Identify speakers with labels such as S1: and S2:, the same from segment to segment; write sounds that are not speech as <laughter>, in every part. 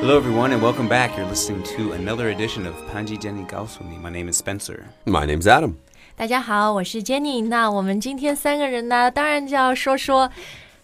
S1: Hello, everyone, and welcome back. You're listening to another edition of Panji Jenny Gaosuni. My name is Spencer. <laughs>
S2: My name's Adam.
S3: 大家好，我是 Jenny。那我们今天三个人呢，当然就要说说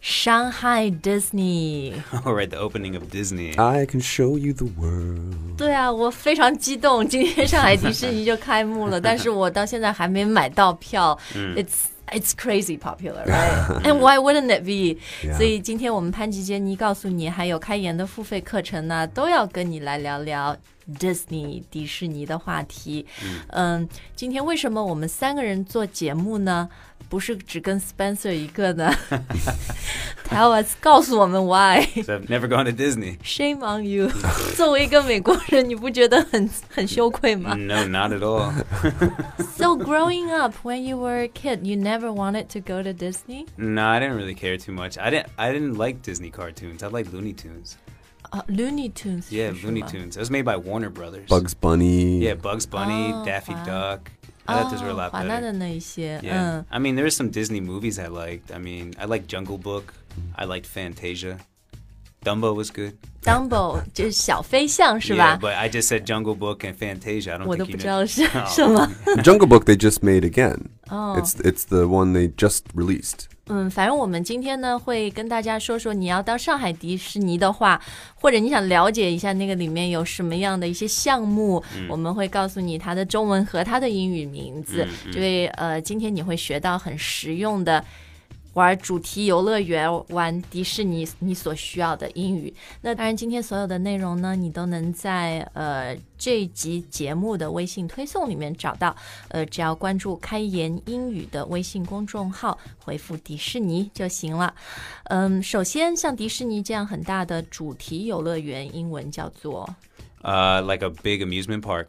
S3: 上海 Disney。
S1: All right, the opening of Disney.
S2: I can show you the world.
S3: 对啊，我非常激动，今天上海迪士尼就开幕了，但是我到现在还没买到票。It's It's crazy popular, right? And why wouldn't it be?
S2: Yeah.
S3: 所以今天我们潘吉杰尼告诉你，还有开言的付费课程呢，都要跟你来聊聊 Disney 迪士尼的话题。嗯，今天为什么我们三个人做节目呢？不是只跟 Spencer 一个呢 <laughs> ？Tell us，告诉我们 why。
S1: So I've never gone to
S2: <laughs>
S1: Disney.
S3: Shame on you！作 <laughs> 为一个美国人，你不觉得很很羞愧吗
S1: No, not at all.
S3: ？So growing up, when you were a kid, you never wanted to go to Disney？
S1: No, I didn't really care too much. I didn't. I didn't like Disney cartoons. I liked Looney Tunes.
S3: 啊、l o o n e y Tunes。
S1: Yeah,
S3: 是
S1: Looney
S3: 吗
S1: Tunes. It was made by Warner Brothers.
S2: Bugs Bunny. <laughs>
S1: Yeah, Bugs Bunny,
S3: Oh,
S1: Daffy
S3: wow. Oh,
S1: Duck. I thought those were a lot
S3: 哦华纳的
S1: better.
S3: 那一些，
S1: Yeah.
S3: 嗯
S1: I mean, there were some Disney movies I liked. I mean, I liked Jungle Book. I liked Fantasia. Dumbo was good.
S3: ，Dumbo 就是小飞象是
S1: Yeah,
S3: 吧？
S1: but I just said Jungle Book and Fantasia. I don't
S3: 我
S1: think
S3: 都
S1: you
S3: 不知
S1: know.
S3: 道是
S1: Oh.
S3: 什么。
S2: Jungle Book they just made again.
S3: 哦，
S2: It's it's the one they just released.
S3: 嗯，反正我们今天呢会跟大家说说，你要到上海迪士尼的话，或者你想了解一下那个里面有什么样的一些项目，我们会告诉你它的中文和它的英语名字。因为呃，今天你会学到很实用的。玩主题游乐园，玩迪士尼，你所需要的英语。那当然，今天所有的内容呢，你都能在呃这一集节目的微信推送里面找到。呃，只要关注“开言英语”的微信公众号，回复“迪士尼”就行了。嗯，首先像迪士尼这样很大的主题游乐园，英文叫做
S1: Uh, like a big amusement park.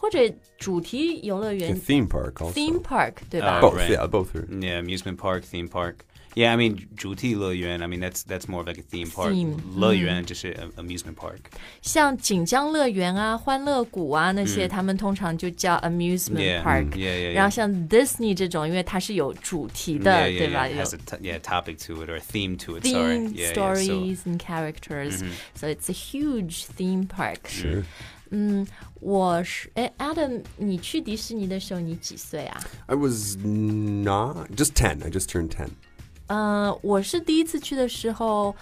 S3: 或者主题游乐
S2: A
S3: 园
S2: theme park also.
S3: （theme park） 对吧？
S1: 哦
S2: Both,
S1: Right.
S2: yeah, both are.
S1: Yeah, amusement park, theme park. Yeah, I mean, 主题乐园. I mean, that's that's more of like a theme park.
S3: Theme, Hmm.
S1: 乐园 just a amusement park.
S3: 像锦江乐园啊、欢乐谷啊那些，他们通常就叫 amusement
S1: 嗯 Yeah, 嗯
S3: park。
S1: yeah, yeah. yeah.
S3: 然后像 Disney 这种，因为它是有主题
S1: Yeah,
S3: 的，
S1: yeah,
S3: 对
S1: yeah.
S3: 吧？
S1: It
S3: 有
S1: has a t- yeah, topic to it or a theme to it. Sorry.
S3: theme
S1: Yeah, yeah, so- 嗯
S3: stories and characters. So it's a huge theme park.
S2: Sure.
S3: 嗯，我是哎，Adam，你去迪士尼的时候你几岁啊？
S2: I was not just ten. I just turned ten.
S3: 嗯、我是第一次去的时候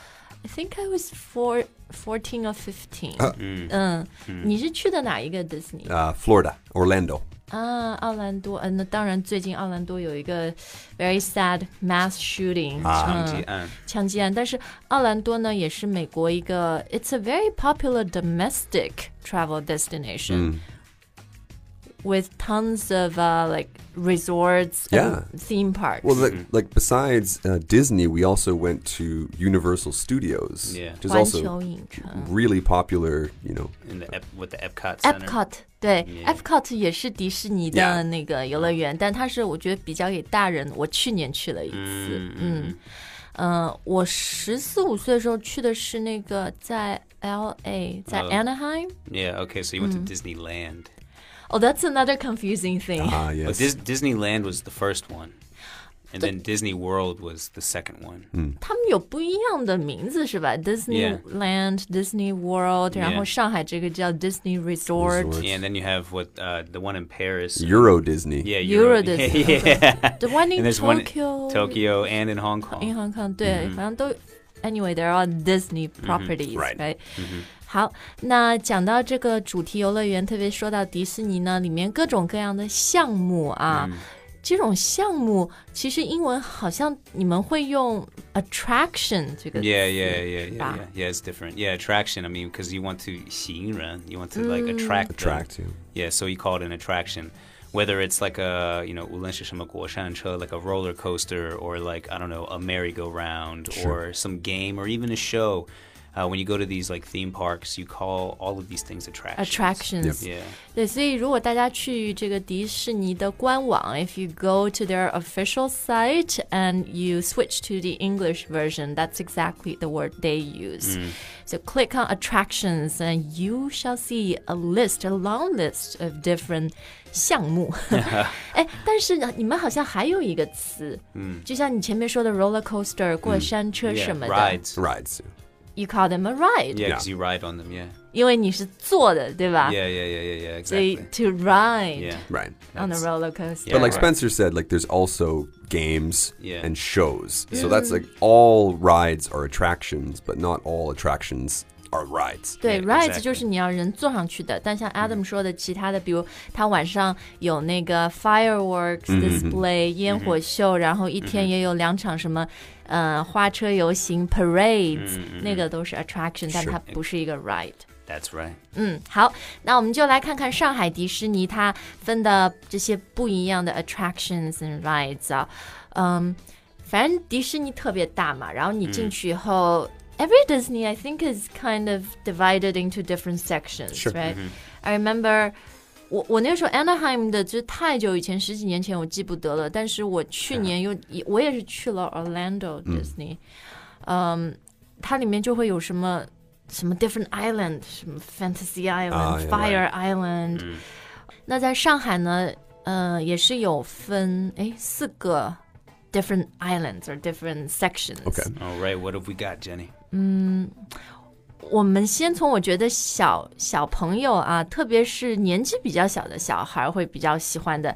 S3: ，I think I was four fourteen or fifteen、嗯，你是去的哪一个 Disney？
S2: Uh, Florida, Orlando.
S3: 啊，奥兰多。嗯、那当然，最近奥兰多有一个 very sad mass shooting，、
S1: um,
S3: 嗯，
S1: 长吉安。
S3: 枪击案。但是奥兰多呢，也是美国一个 it's a very popular domestic travel destination、with tons of、uh, like resorts
S2: Yeah.
S3: and theme parks.
S2: Well, like, like besides uh, Disney, we also went to Universal Studios,
S1: Yeah.
S2: which is
S3: 环
S2: also
S3: 球影城
S2: really popular. You <laughs> know,
S1: in the Ep- with the Epcot Center.
S3: Epcot 对
S1: Yeah.
S3: Epcot 也是迪士尼
S2: Yeah.
S3: 的那个游乐园，但它是我觉得比较给大人。我去年去了一次，嗯，呃，我十四五岁的时候去的是那个在 L A，在
S1: 哦
S3: Anaheim。
S1: Yeah, okay, so you
S3: Hmm.
S1: went to Disneyland.
S3: Oh, that's another confusing thing.
S2: ah,
S1: But
S2: yes,
S1: Dis- Disneyland was the first one. And then Disney World was the second one.
S2: Hmm.
S3: 他们有不一样的名字是吧？Disneyland、Disney World，然后
S1: Yeah.
S3: 上海这个叫 Disney Resort。
S2: Resort.
S1: Yeah, and then you have what uh, the one in Paris.
S2: Euro Disney.
S1: yeah, <laughs>
S3: Euro
S1: Yeah,
S3: Disney.
S1: yeah.
S3: The one
S1: And
S3: in
S1: there's one in
S3: Tokyo。
S1: Tokyo and in Hong Kong.
S3: 银行看对，反正都，anyway there are Disney properties，
S2: right
S3: right？好，那讲到这个主题游乐园，特别说到迪士尼呢，里面各种各样的项目啊，这种项目其实英文好像你们会用 attraction 这个
S1: Yeah,
S3: 词
S1: yeah, yeah, yeah,
S3: 吧
S1: yeah. Yeah, it's different. Yeah, attraction. I mean, because you want to 吸引人, you want to like attract. them.
S2: Attract you.
S1: Yeah, so you call it an attraction. Whether it's like a you know 无论是什么国山车, like a roller coaster, or like I don't know a merry-go-round, or some game, or even a show. Uh, when you go to these like theme parks, you call all of these things attractions.
S3: attractions。
S1: Yeah.
S3: 对，所以如果大家去这个迪士尼的官网，if you go to their official site and you switch to the English version, that's exactly the word they use. So click on attractions and you shall see a list, a long list of different 项
S1: <laughs>
S3: 目。哎，但是呢，你们好像还有一个词，嗯，就像你前面说的 roller coaster 过山车
S1: Yeah,
S3: 什么的。
S1: rides.
S2: rides.
S3: you call them a ride，、
S1: Yeah,
S2: Yeah.
S1: because you ride on them. Yeah.
S3: 因为你是坐的，对吧
S1: Yeah, yeah, yeah, yeah, yeah.
S3: 所以
S1: Exactly.
S3: to ride
S1: Yeah.
S2: Right.
S3: on a
S1: that's-
S3: roller coaster，
S2: But like
S1: Right.
S2: Spencer said, like there's also games
S1: Yeah.
S2: and shows. So that's like all rides are attractions, but not all attractions are rides.
S3: 对
S1: Yeah,
S3: ，rides
S1: exactly.
S3: 就是你要人坐上去的，但像 Adam 说的，其他的，比如他晚上有那个
S1: Mm-hmm.
S3: fireworks display 烟火秀，然后一
S1: Mm-hmm.
S3: 天也有两场什么，呃，花车游行 parades，那
S1: Mm-hmm.
S3: 个都是 attraction，但
S2: 是
S3: 它不是一个 ride。
S1: That's right.
S3: 嗯，好，那我们就来看看上海迪士尼它分的这些不一样的 attractions and rides 啊，嗯，反正迪士尼特别大嘛，然后你
S2: 嗯
S3: 进去以后、e v e r y Disney I think is kind of divided into different sections,
S2: Sure. 嗯
S3: right? I remember. 我我那个时候 Anaheim 的，就是太久以前，十几年前我记不得了。但是我去年
S2: 嗯
S3: 又、也我也是去了 Orlando Disney，嗯它里面就会有什么什么 different island，什么 Fantasy Island、
S2: 啊，yeah, 嗯
S3: Fire Island、那在上海呢，呃，也是有分诶四个 different islands or different sections。
S2: Okay.
S1: All right. What have we got, Jenny?
S3: 我们先从我觉得小小朋友啊，特别是年纪比较小的小孩儿会比较喜欢的，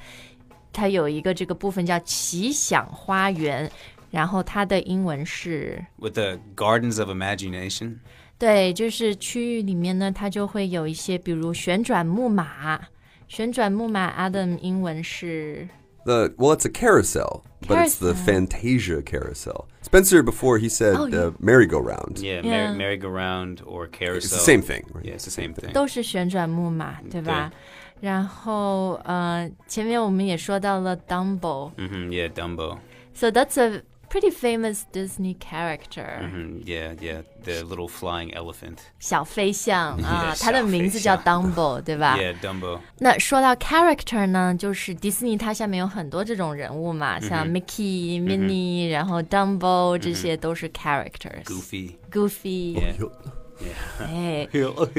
S3: 它有一个这个部分叫奇想花园，然后它的英文是。
S1: With the Gardens of Imagination.
S3: 对，就是区域里面呢，它就会有一些，比如旋转木马。旋转木马，Adam 英文是
S2: The well, it's a carousel, but it's the Fantasia carousel. Spencer before he said
S3: Oh, yeah.
S2: uh, merry-go-round.
S1: Yeah.
S3: Yeah.
S1: Merry, merry-go-round or carousel.
S2: It's the same thing. Right?
S1: Yeah, it's the same thing.
S3: 都是旋转木马，对吧？然后呃，前面我们也说到了 Dumbo，so
S1: hmm yeah, Dumbo.
S3: that's a pretty famous Disney character，、
S1: hmm Yeah, yeah. The little flying elephant.
S3: 小飞象啊，
S1: 小
S3: 它的名字叫
S1: 飞
S3: Dumbo，对吧
S1: <laughs> Yeah, Dumbo.
S3: 那说到 character 呢，就是迪士尼它下面有很多这种人物嘛，像 Mickey、Minnie，然后 Dumbo，这些都是 characters。
S1: Goofy. <laughs>
S3: Goofy，
S1: Yeah. Yeah.
S3: 哎，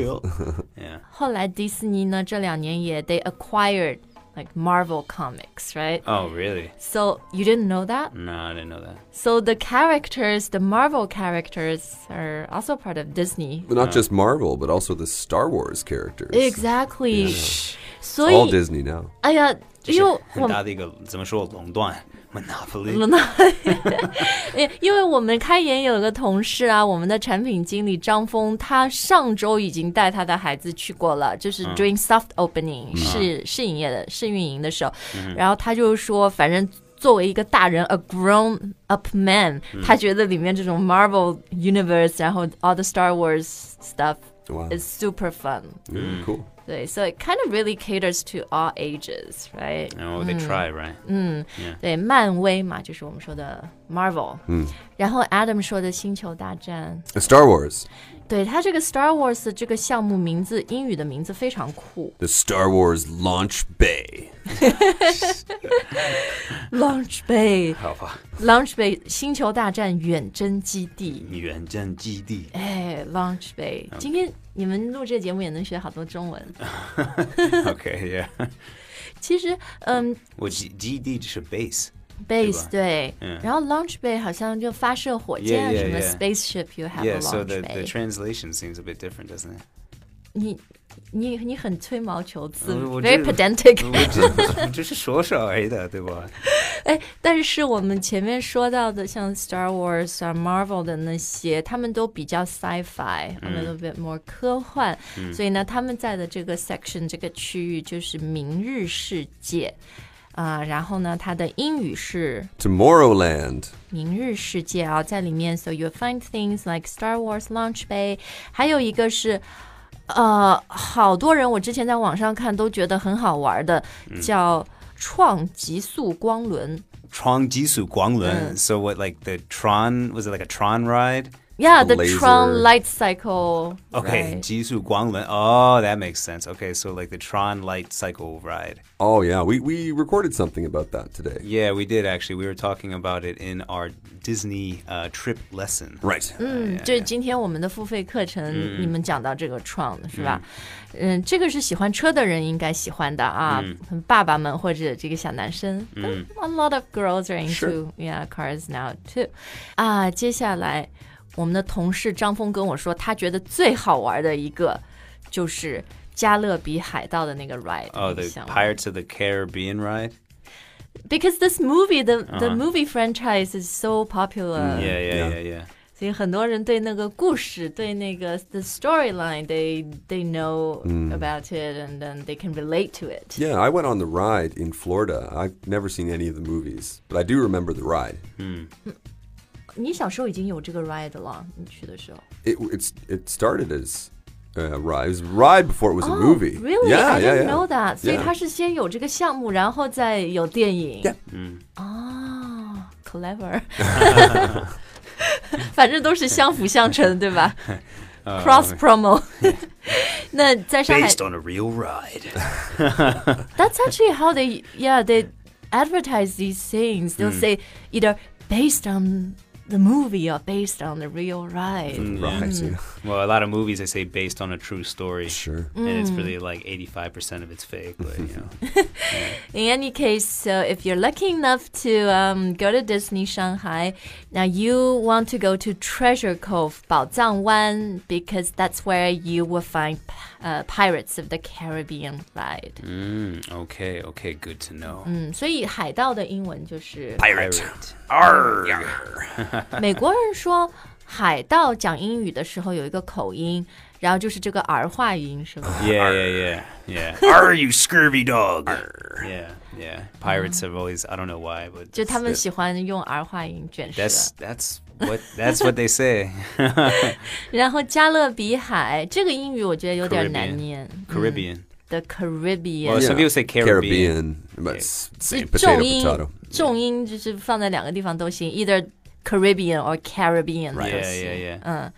S1: Yeah.
S3: 后来迪士尼呢，这两年也 they acquired like Marvel comics, right?
S1: Oh, really?
S3: So you didn't know that?
S1: No, I didn't know that.
S3: So the characters, the Marvel characters, are also part of Disney.
S2: But
S1: Uh,
S2: not just Marvel, but also the Star Wars characters.
S3: Exactly.
S2: All
S3: 所以，
S2: Disney now.
S3: 哎呀，因为我们 <laughs>
S1: 很大的一个怎么说垄断，monopoly。
S3: 那， <laughs> 因因为我们开研有一个同事啊，我们的产品经理张峰，他上周已经带他的孩子去过了，就是 during soft opening 试试营业的试运营的时候，然后他就说，反正。作为一个大人，a grown up man，、他觉得里面这种 Marvel universe，然后 all the Star Wars stuff
S2: Wow.
S3: is super fun。
S1: Hmm.
S2: Mm, cool.
S3: 对，so it kind of really caters to all ages，right？
S1: Oh,
S3: Mm.
S1: they try, right?
S3: 对，漫威嘛，就是我们说的 Marvel。嗯，然后 Adam 说的《星球大战
S2: Uh, Star Wars.》，
S3: 对它这个 Star Wars 的这个项目名字，英语的名字非常酷
S2: The Star Wars launch bay.
S3: ，Launch Bay， <laughs>
S1: 好吧。
S3: Launch Bay，星球大战远征基地。
S1: 远征基地。
S3: <laughs> 哎，Launch Bay，今天你们录这节目也能学好多中文。
S1: Okay, yeah.
S3: 其实，嗯
S1: Well, G- GD 就是 base.
S3: ，base 对
S1: 嗯，
S3: 然后 Launch Bay 好像就发射火箭啊
S1: Yeah, yeah,
S3: 什么
S1: yeah.
S3: spaceship，you have a
S1: Yeah, so the,
S3: launch
S1: the
S3: bay。
S1: translation seems a bit different, doesn't it?
S3: 你你你很吹毛求疵
S1: 我我
S3: ，very
S1: 这
S3: pedantic。
S1: <laughs> 我只是说说而已的，对吧？Yeah,
S3: 哎，但是我们前面说到的，像 Star Wars 啊、Marvel 的那些，他们都比较 sci-fi，a little bit more 科幻，所以呢，他们在的这个 section 这个区域就是明日世界啊、然后呢，它的英语是
S2: Tomorrowland.
S3: 明日世界啊，在里面，so you find things like Star Wars Launch Bay，还有一个是。呃，好多人我之前在网上看都觉得很好玩的，叫创极速光轮。
S1: Guanglun. So what, like the Tron? Was it like a Tron ride?
S3: Yeah, the
S2: The
S3: Tron
S2: laser.
S3: light cycle.
S1: Okay,
S3: right.
S1: Jisu Guanglun. Oh, that makes sense. Okay, so like the Tron light cycle ride.
S2: Oh yeah, we, we recorded something about that today.
S1: Yeah, we did actually. We were talking about it in our Disney uh, trip lesson.
S2: Right.
S3: 嗯，这今天我们的付费课程，你们讲到这个 Tron 是吧？嗯，这个是喜欢车的人应该喜欢的啊，爸爸们或者这个小男生。嗯，a lot of girls are into yeah cars now too. 啊，接下来我们的同事张峰跟我说，他觉得最好玩的一个就是加勒比海盗的那个 ride。
S1: Oh,
S3: 你
S1: the
S3: 想吗
S1: Pirates of the Caribbean ride.
S3: Because this movie, the the
S1: Uh-huh. Mm,
S3: movie franchise is so popular，、
S1: yeah, yeah,
S2: yeah.
S1: yeah, yeah.
S3: 所以很多人对那个故事，对那个 the storyline, they they know about it and then they can relate to it。
S2: 嗯 Yeah, I went on the ride in Florida. I've never seen any of the movies, but I do remember the ride.
S3: 你小时候已经有这个 ride 了，你去的时候。
S2: It it's it started as a ride. It was a ride before it was a movie.
S3: Oh, Really?
S2: Yeah, yeah,
S3: I didn't
S2: yeah.
S3: know that. 所以
S2: Yeah.
S3: 它是先有这个项目，然后再有电影。
S2: Yeah.
S3: 哦，clever。反正都是相辅相成，对吧？Cross
S2: <laughs>
S3: promo。那在上海
S1: Based on a real ride. <laughs>
S3: ，That's actually how they, yeah, they advertise these things. They'll say either based on the movie or based on the real ride.
S2: Rides, you know.
S1: Well, a lot of movies they say based on a true story.
S2: Sure.
S1: And it's really like 85% of it's fake, but you know.
S3: In any case, so if you're lucky enough to um, go to Disney Shanghai, now you want to go to Treasure Cove, Baozang Wan, because that's where you will find uh, Pirates of the Caribbean ride.
S1: mm, okay, okay, good to know.
S3: 嗯，所以海盗的英文就是，
S1: Pirate. Arr.
S3: 美国人说海盗讲英语的时候有一个口音，然后就是这个儿化
S1: <laughs>
S3: 音，是吗？
S1: Yeah, yeah, yeah, yeah. Are you scurvy dog? Yeah, yeah.
S3: Mm.
S1: Pirates have always I don't know why, but
S3: 就他们喜欢用儿化音卷舌。
S1: that's that's what that's what they
S3: <laughs>
S1: say.
S3: Mm. 然后加勒比海这个英语我觉得有点难念
S1: Caribbean.
S3: ，The Caribbean。
S1: Well, some
S2: Yeah.
S1: people say Caribbean.
S2: Caribbean. But it's same
S3: 就重
S2: potato
S3: 音
S2: potato.
S3: 重音就是放在两个地方都行，either Caribbean or Caribbean 都
S1: Yeah,
S3: 行。
S1: yeah, yeah.
S3: 嗯，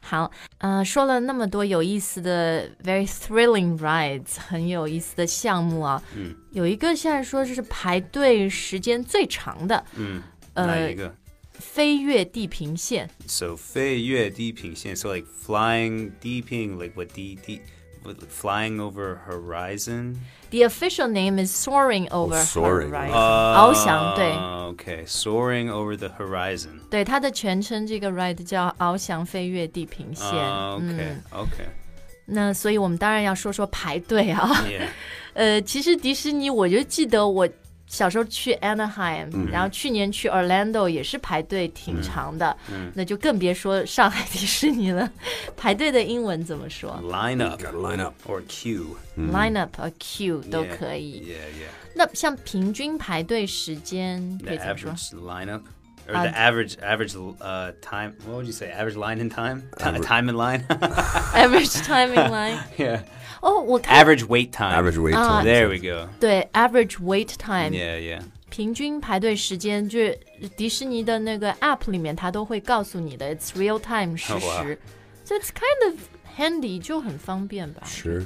S3: 好，呃，说了那么多有意思的 very thrilling rides，很有意思的项目啊。
S1: 嗯，
S3: 有一个现在说是排队时间最长的，
S1: Mm.
S3: 呃，
S1: 哪一个？
S3: 飞越地平线。
S1: So 飞越地平线, so like flying 地平, like what 地地 what, like, flying over horizon.
S3: The official name is soaring
S2: Oh,
S3: over
S2: soaring
S3: horizon，、
S1: Uh,
S3: 翱翔，对。
S1: Okay, soaring over the horizon.
S3: 对，它的全称这个 ride 叫翱翔飞越地平线。
S1: Uh,
S3: 嗯
S1: okay,，okay.
S3: 那所以我们当然要说说排队啊。
S1: Yeah.
S3: <laughs> 呃，其实迪士尼，我就记得我小时候去 Anaheim，、然
S1: 嗯
S3: 后去年去 Orlando 也是排队挺长的，
S1: 嗯
S3: 那就更别说上海迪士尼了。排队的英文怎么说、
S1: Line up
S2: Gotta line up.
S1: or queue.
S3: l i n e up a queue 都
S1: 嗯 Yeah,
S3: 可以。
S1: Yeah, yeah.
S3: 那像平均排队时间可以
S1: The
S3: 怎么说
S1: average lineup or
S3: Uh,
S1: the average average uh, time. What would you say? Average line in time. Ti- time in line. <laughs>
S3: ？Average timing line？
S1: yeah.
S3: 哦，我看
S1: Average wait time.
S2: Average wait
S3: Ah.
S2: time.
S1: There we go.
S3: 对 average wait time，、
S1: Yeah, yeah.
S3: 平均排队时间，就是迪士尼的那个 app 里面，它都会告诉你的，it's real time 实
S1: 哇
S3: 时，so it's kind of handy，就很方便吧。
S2: Sure.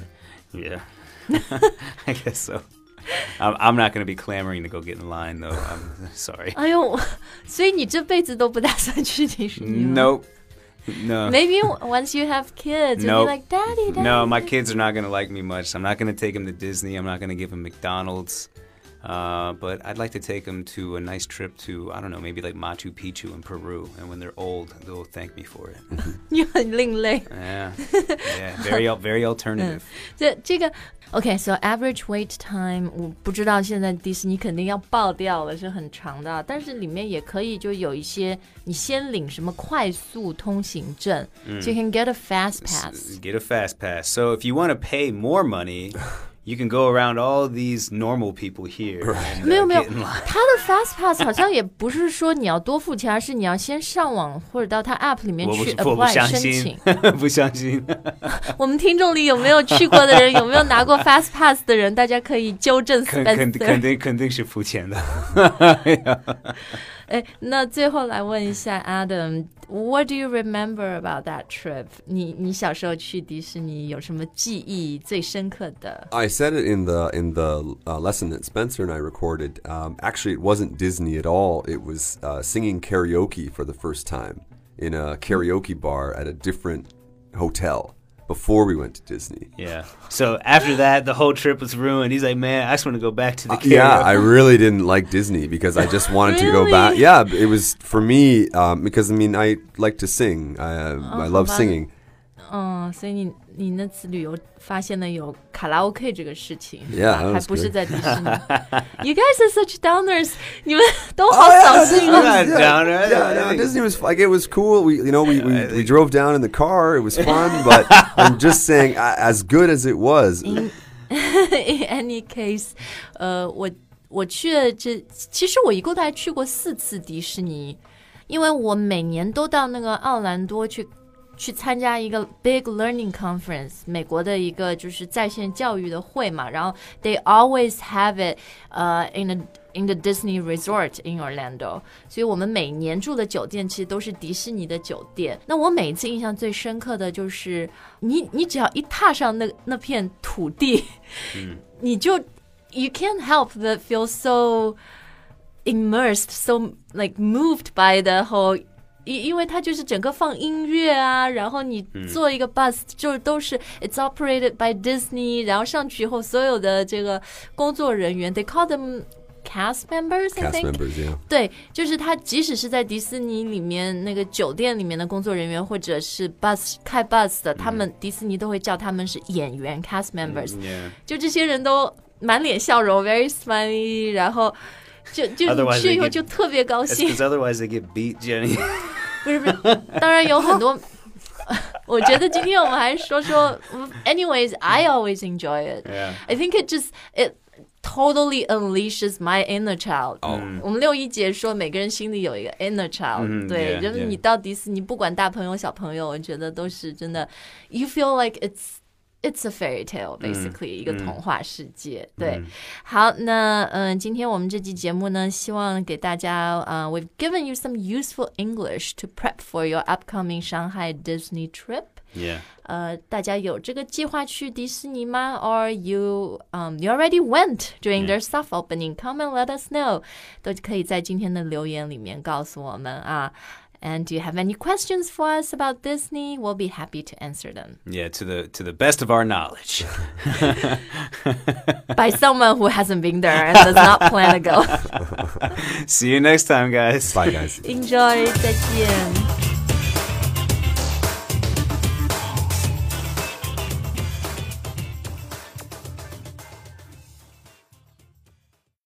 S1: Yeah. <laughs> I guess so. I'm, I'm not going to be clamoring to go get in line, though. I'm <laughs>
S3: <laughs>
S1: sorry.
S3: 哎呦，所以你这辈子都不打算去迪士尼吗
S1: Nope. No.
S3: Maybe once you have kids, you'll
S1: Nope.
S3: be like, Daddy, Daddy. <laughs>
S1: No, my kids are not going to like me much. I'm not going to take them to Disney. I'm not going to give them McDonald's. Uh, but I'd like to take them to a nice trip to, I don't know, maybe like Machu Picchu in Peru. And when they're old, they'll thank me for it.
S3: 你很另类。
S1: yeah. Yeah. Very, al- very alternative.
S3: 这这个 OK，so、average wait time，我不知道现在迪士尼肯定要爆掉了，是很长的，但是里面也可以就有一些你先领什么快速通行证、s
S1: 嗯
S3: o you can get a fast
S1: <laughs>
S3: pass。
S1: Get a fast pass. So if you want to pay more money, you can go around all these normal people here. and, uh,
S3: 没有没有，
S1: get in line.
S3: 它的 Fast Pass 好像也不是说你要多付钱，而是你要先上网或者到它 App 里面
S1: 我不
S3: 去
S1: 我不
S3: apply
S1: 相
S3: 申
S1: 信
S3: 请。， <laughs>
S1: 不相信。
S3: 我们听众里有没有去过的人，有没有拿过 Fast Pass 的人，大家可以纠正
S1: 肯肯肯
S3: Spencer。
S1: 定肯定是付钱的。
S3: 哎，那最后来问一下 Adam，What do you remember about that trip？你你小时候去迪士尼有什么记忆最深刻的？
S2: I said it in the in the uh, lesson that Spencer and I recorded. Um, actually, it wasn't Disney at all. It was uh, singing karaoke for the first time in a karaoke bar at a different hotel. before we went to Disney.
S1: Yeah. So after that, the whole trip was ruined. He's like, man, I just want to go back to the
S2: Uh,
S1: camp.
S2: yeah, I really didn't like Disney because I just wanted to go back.
S3: Really?
S2: Yeah, it was for me um, because I mean I like to sing. I, uh, I love
S3: 好吧
S2: singing.
S3: 嗯，所以你你那次旅游发现了有卡拉 OK 这个事情
S2: Yeah,
S3: 是吧
S2: that
S3: 还
S2: was
S3: 不是
S2: great.
S3: 在迪士尼。you guys are such downers，你们都好
S2: Oh, yeah,
S3: 扫
S2: Disney
S3: 兴
S2: was-
S3: 啊！
S1: I'm not down or
S2: Yeah, no,
S1: anything.
S2: Disney was like it was cool. We you know we, we,
S1: I
S2: we
S1: think-
S2: drove down in the car. It was fun, <laughs> but I'm just saying a- as good as it was.
S3: <laughs> In any case，呃，我我去了这，其实我一共才去过四次迪士尼，因为我每年都到那个奥兰多去去参加一个 Big Learning Conference，美国的一个就是在线教育的会嘛，然后 they always have it，呃、i n a In the Disney Resort in Orlando，所以我们每年住的酒店其实都是迪士尼的酒店。那我每一次印象最深刻的就是，你你只要一踏上那那片土地，你就 you can't help but feel so immersed, so like moved by the whole。因因为它就是整个放音乐啊，然后你坐一个 bus 就是都是 it's operated by Disney，然后上去以后所有的这个工作人员，they call them cast members，I
S2: Cast
S3: think。
S2: members, yeah.
S3: 对，就是他，即使是在迪士尼里面那个酒店里面的工作人员，或者是 bus 开 bus 的，他们迪士尼都会叫他们是演员 cast members，、
S1: Yeah.
S3: 就这些人都满脸笑容，very smiley，然后就就你
S1: Otherwise
S3: 去以后
S1: they get-
S3: 就特别高
S1: That's
S3: 兴，
S1: because otherwise they get beat, Jenny.
S3: 不是不是，当然有很多。 <laughs> 我觉得今天我们还是说说，anyways，I always enjoy it。
S1: yeah.
S3: I think it just it totally unleashes my inner child。我们六一节说，每个人心里有一个 inner child，、
S1: 嗯
S3: 对
S1: yeah，
S3: 就是
S1: yeah
S3: 你到迪士尼，不管大朋友小朋友，我觉得都是真的，you feel like it's。It's a fairy tale, basically、一个童话世界。对，好，那嗯、呃今天我们这期节目呢，希望给大家，呃、w e v e given you some useful English to prep for your upcoming Shanghai Disney trip.
S1: Yeah.
S3: 呃，大家有这个计划去迪士尼吗？Or you um you already went during their soft opening? Come and let us know，都可以在今天的留言里面告诉我们啊。And do you have any questions for us about Disney? We'll be happy to answer them
S1: <laughs> Yeah. To the to the best of our knowledge. <laughs>
S3: by someone who hasn't been there and does not plan to go.
S1: See you next time, guys.
S2: Bye guys.
S3: Enjoy，再见。